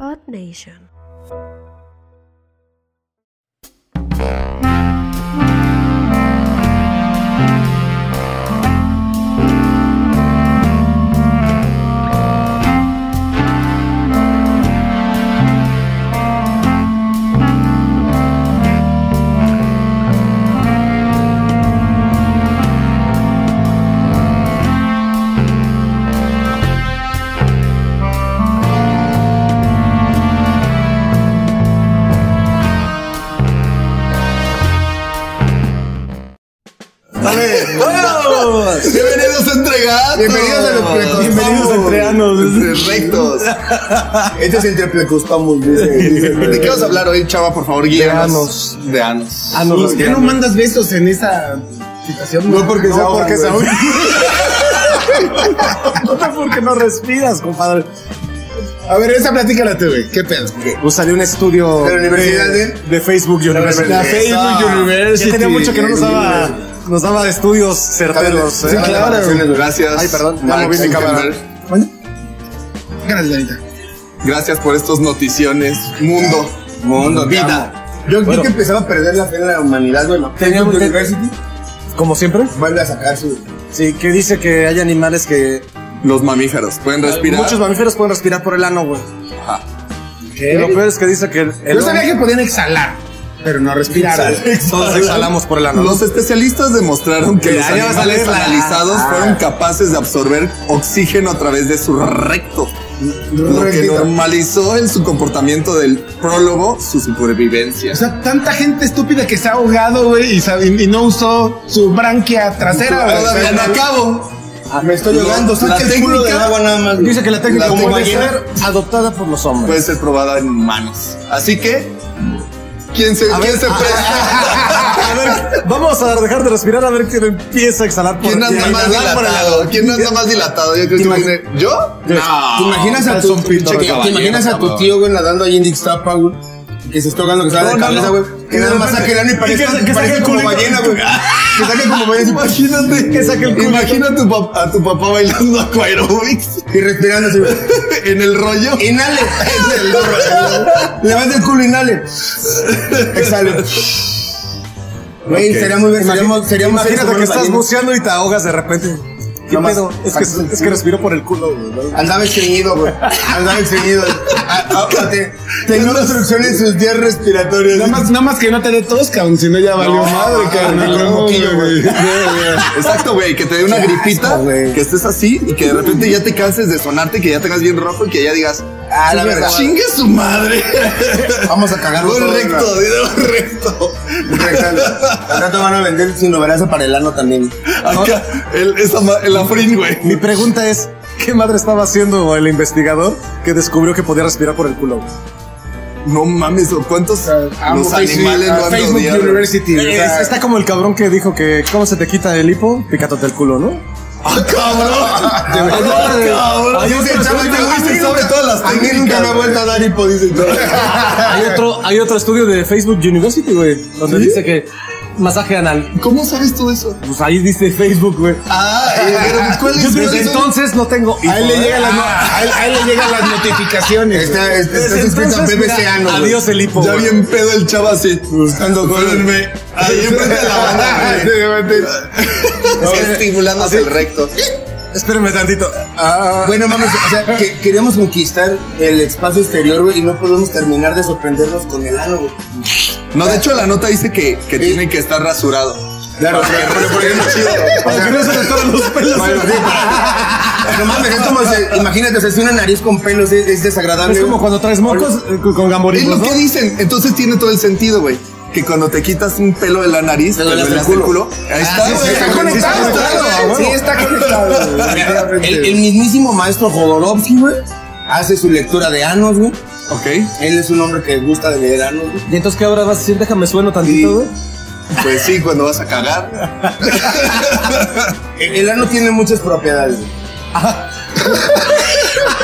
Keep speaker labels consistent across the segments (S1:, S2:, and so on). S1: Earth Nation.
S2: Bienvenidos a Entregados.
S3: Bienvenidos a los Precostamos.
S2: Bienvenidos a Entregados.
S3: Entre rectos.
S2: Este es entre Precostamos, dice. dice
S3: ¿De qué vas a hablar hoy, chava? Por favor, guíanos. De anos. Ah,
S2: Anos,
S4: ¿Por qué no mandas besos en esa situación?
S2: No porque sea
S4: No, porque
S2: sea
S4: sea-
S2: No porque no respiras, compadre.
S4: A ver, esa plática la tuve. ¿Qué pedo?
S2: Usaré un estudio
S3: ¿De la universidad ¿eh?
S2: de,
S3: de?
S2: de Facebook University.
S3: La Facebook
S2: Esa.
S4: University.
S2: Ya tenía mucho que no nos daba, nos daba estudios certeros.
S3: Sí,
S2: ¿eh?
S4: claro.
S3: Gracias.
S2: Ay, perdón, ya
S3: Mark
S2: moví mi cámara.
S3: Zuckerberg.
S4: Gracias, Danita.
S3: Gracias por estos noticiones. Mundo.
S2: Mundo, te
S3: Vida.
S2: Yo,
S3: Bueno.
S2: que
S3: empezaba a perder la fe en la humanidad, bueno.
S2: Teníamos que- Como siempre.
S3: Vuelve a sacar su...
S2: Sí, que dice que hay animales que
S3: Los mamíferos. ¿Pueden respirar?
S2: muchos mamíferos pueden respirar por el ano, güey.
S3: Ajá.
S2: Y Lo peor es que dice que el, el
S4: Yo sabía que podían exhalar, pero no respirar. güey.
S2: todos exhalamos por el ano.
S3: Los especialistas demostraron que
S2: Ya,
S3: los
S2: ya vas a
S3: animales
S2: ver la-
S3: paralizados
S2: Ah.
S3: fueron capaces de absorber oxígeno a través de su recto, lo que
S4: Rectito.
S3: normalizó en su comportamiento del prólogo su supervivencia.
S4: O sea, tanta gente estúpida que se ha ahogado, güey, y, sabe- y no usó su branquia trasera, güey.
S3: Ahora bien, acabo.
S2: me estoy
S3: ahogando, saca el culo del agua
S2: nada más. Dice que la técnica
S3: La
S2: como de
S3: técnica.
S2: ser adoptada por los hombres.
S3: Puede ser probada en humanos. Así que, ¿quién se, quién se presta?
S2: a ver, vamos a dejar de respirar a ver quién empieza a exhalar por
S3: ¿Quién anda
S2: a
S3: más
S2: inhalar por el
S3: dilatado?
S2: ano.
S3: ¿Quién anda más dilatado? Yo creo que
S2: Imagina-
S3: viene- ah, ¿Yo? No.
S4: ¿Te imaginas a
S2: Es
S4: tu,
S2: un pinche
S4: te- te
S3: caballero,
S4: imaginas a tu
S3: cabrón.
S4: tío, güey, nadando ahí en Dixtapa, güey? Que se está ahogando, que se va
S2: No,
S4: de
S2: no,
S4: cabeza,
S2: no.
S4: güey. Que nada más saque el ano y
S2: que sa-
S4: parezca,
S2: que saque
S4: parezca
S2: el
S4: como
S2: culito.
S4: ballena, güey. Que saque como ballena. así,
S3: Imagínate
S2: Que saque el culo.
S3: Imagina a tu, pap- a tu papá bailando aquaerobics
S4: Y respirando así, güey.
S3: en el rollo.
S4: Inhale. Levanta el culo, inhale. Exhale. Güey,
S3: Ok.
S4: sería muy bien. Seríamos, seríamos
S2: Imagínate
S4: seres
S2: que
S4: humanos
S2: estás
S4: valientes.
S2: buceando y te ahogas de repente. ¿Qué
S4: Nomás,
S2: pedo? Es
S4: sacas
S2: que,
S4: el
S2: es que
S4: culo.
S2: respiro por el culo, güey.
S4: Andaba estreñido, güey. Andaba estreñido. A- a- a- te- Tenía obstrucción en sus vías respiratorias. Nada más, que no te dé tos, cabrón. Si no, ya valió
S3: madre, cabrón.
S4: Con
S3: No,
S4: moquillo,
S3: güey.
S4: güey.
S3: Exacto, güey, que te dé una gripita,
S4: güey.
S3: que estés así y que de repente ya te canses de sonarte, que ya tengas bien rojo y que ya digas,
S4: Ah, la verga.
S3: chingue su madre.
S4: Vamos a cagar
S3: Voy recto, voy recto.
S4: Al rato van a vender su novelazo para el ano también.
S3: Acá, el, esa, ma- el afrín, güey.
S2: Mi pregunta es, ¿qué madre estaba haciendo el investigador que descubrió que podía respirar por el culo? güey?
S3: No mames, ¿cuántos
S2: Ah,
S4: Ah,
S3: los animales no han
S4: Facebook
S3: odiado?
S4: University. o
S2: Eh,
S4: sea,
S2: está como el cabrón que dijo que cómo se te quita el hipo, picándote el culo, ¿no?
S3: ¡Ah, cabrón! ¡Ah, cabrón!
S2: Hay otro-
S3: Ese chavo, este güey se sabe todas las
S4: a mí
S3: técnicas.
S4: nunca me ha vuelto a dar hipo, dice.
S2: Hay otro, hay otro estudio de Facebook University, güey, donde dice que masaje anal.
S3: ¿Cómo sabes tú eso?
S2: Pues ahí dice Facebook, güey.
S3: Ah, eh, pero ¿cuál es?
S2: Yo desde
S3: cuáles son?
S2: entonces no tengo hipo,
S4: Ahí le
S2: ¿eh?
S4: llegan las, no- a él- a él le llegan las notificaciones. Está, está,
S2: Desde entonces, mira, adiós el hipo,
S3: Ya
S2: güey.
S3: bien pedo el chavo así.
S4: Buscando cosas.
S3: Espérenme. Ahí enfrente de la banda. güey. Está estimulándose el recto.
S2: Espérenme tantito. Ah,
S4: Bueno, mames, o sea, que- queremos conquistar el espacio exterior, güey, y no podemos terminar de sorprendernos con el ano, güey.
S3: No, de hecho la nota dice que, que tiene que estar rasurado.
S4: Claro,
S3: Pero porque es chido.
S2: para que no se le atoran los pelos.
S4: No mames, es como, se- imagínate, o sea, si una nariz con pelos es, es desagradable.
S2: Es como cuando traes mocos eh, con- con
S3: Es
S2: gamboricos,
S3: lo
S2: ¿no?
S3: que dicen. Entonces tiene todo el sentido, güey. Que cuando te quitas un pelo de la nariz, te
S4: duele
S3: duele el
S4: hasta el
S3: culo. Ahí está,
S4: Ah, Sí,
S3: güey.
S4: está conectado,
S3: Sí, está conectado,
S4: güey.
S3: güey.
S4: Sí, está conectado. güey. El, el mismísimo maestro Jodorowsky, güey, hace su lectura de anos, güey.
S3: Ok,
S4: Él es un hombre que gusta de leer anos, güey.
S2: Y entonces, ¿qué ahora vas a decir? Déjame sueno tantito, güey.
S3: pues sí, cuando vas a cagar.
S4: El, el ano tiene muchas propiedades, güey.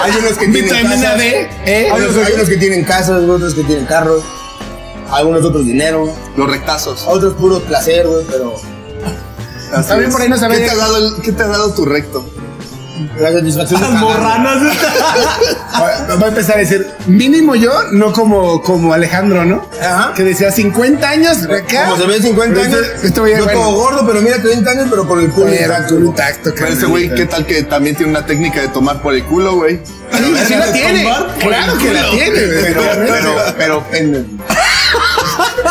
S4: Hay unos que tienen
S2: Vitamina
S4: casas.
S2: D,
S4: Hay, unos, hay unos que tienen casas, güey, otros que tienen carros. Algunos otros dinero, güey.
S3: Los rectazos.
S4: otros puro placer, güey, pero...
S3: Así
S4: También
S3: es.
S4: por ahí no se
S3: ¿Qué
S4: ve-
S3: te ha dado el- ¿Qué te ha dado tu recto?
S1: La satisfacción de
S2: Las morranas.
S1: Va va a empezar a decir, mínimo yo, no como, como Alejandro, ¿no?
S4: Ajá.
S1: Que decía 50 años de acá.
S4: Como se ve 50
S1: Pero
S4: años.
S1: este- este güey,
S4: yo
S1: bueno.
S4: como gordo, pero mira 30 años, pero por el culo.
S1: Era
S4: intacto.
S1: con un tacto,
S3: Pero ese güey, ¿qué tal que también tiene una técnica de tomar por el culo, güey?
S1: Sí, sí la tiene. Claro que la tiene, güey.
S3: Pero, pero, pero, en-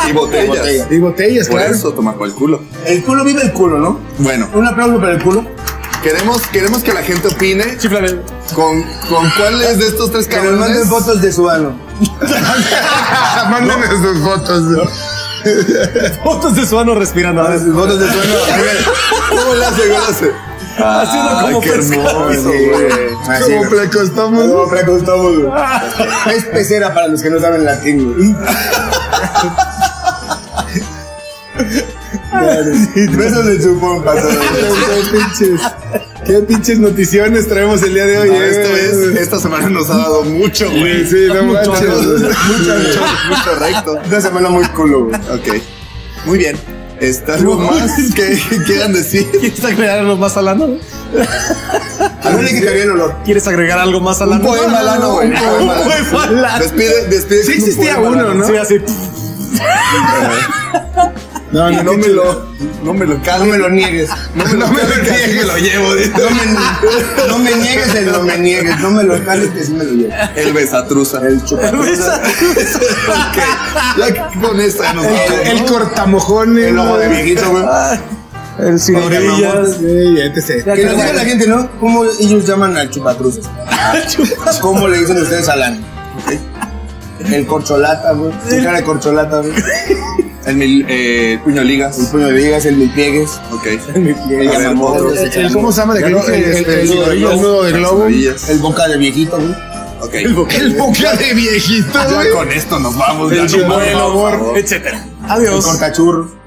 S3: Y botellas.
S1: Y botellas,
S3: Por
S1: claro.
S3: eso tomar por el culo.
S4: El culo vive el culo, ¿no?
S3: Bueno,
S4: Un aplauso para el culo.
S3: queremos, queremos que la gente opine
S2: Chiflame.
S3: con, con cuáles de estos tres
S4: Que nos manden
S3: cabrones. Ah,
S4: fotos de su ano.
S1: Mándenme sus fotos.
S2: Fotos de su ano respirando.
S3: Ah,
S4: Fotos de su ano.
S3: A ver, ¿Cómo le hace? ¿Cómo le hace?
S2: Haciendo como
S3: qué
S2: pescado.
S3: hermoso,
S4: Sí,
S3: güey.
S4: así,
S1: Como
S4: ¿no?
S1: placostamos.
S4: Como flaco estamos, güey. Es pecera para los que no saben latín, güey. Besos de su pompa,
S1: Qué pinches, qué pinches noticiones traemos el día de hoy.
S3: No,
S1: eh,
S3: esto
S1: güey.
S3: es, esta semana nos ha dado mucho, güey.
S1: Sí, no
S2: Mucho,
S1: manches.
S2: güey.
S3: Mucho, mucho, mucho recto.
S4: Una semana muy culo, güey.
S3: Ok. Muy bien. Está algo más que quieran decir.
S2: ¿Quieres agregar algo más al ano?
S4: A mí le quitaría el olor.
S2: ¿Quieres agregar algo más al
S3: Un
S2: ano?
S3: poema al ano, güey.
S2: Un
S3: Un poema al ano.
S2: poema al ano.
S3: Despide, despide.
S1: Sí
S3: con un
S1: existía
S3: poema,
S1: uno, ¿no?
S2: Sí, así.
S1: No, no,
S3: No me lo, no me lo
S4: No
S3: cales.
S4: me lo niegues.
S3: No me lo,
S1: no me lo
S3: cales,
S1: niegues.
S3: que lo llevo. dice.
S4: No me, no me niegues el no me niegues. No me lo cales que sí me lo llevo.
S3: El besatruza.
S4: El chupa.
S3: Ya con esta nos vamos,
S1: El, el
S3: ¿no?
S1: cortamojones.
S4: El ojo de viejito, güey.
S2: El
S4: ciruelas.
S1: Sí, etc.
S4: Que nos diga la gente, ¿no? ¿Cómo ellos llaman al chupatruzas? ¿Cómo le dicen ustedes al ano? El corcholata, güey. El cara de corcholata, güey.
S3: El mil, eh, puño ligas.
S4: El puño de vigas, el mil pliegues.
S3: Ok.
S4: El
S3: A ver,
S4: llamamotos,
S3: otro.
S4: el
S1: El, eh, ¿Cómo se llama de
S4: Ya
S1: globo?
S4: no, el- el- el-
S1: el- el nudo de globo.
S3: Maravillas.
S4: El boca de viejito, güey.
S3: Ok.
S1: El boca de viejito,
S3: Ya
S1: güey.
S3: con esto nos vamos. ya no
S2: El
S3: más, por
S2: chimuelo,
S3: favor.
S2: etcétera.
S4: El
S2: Adiós.
S4: cortachurro.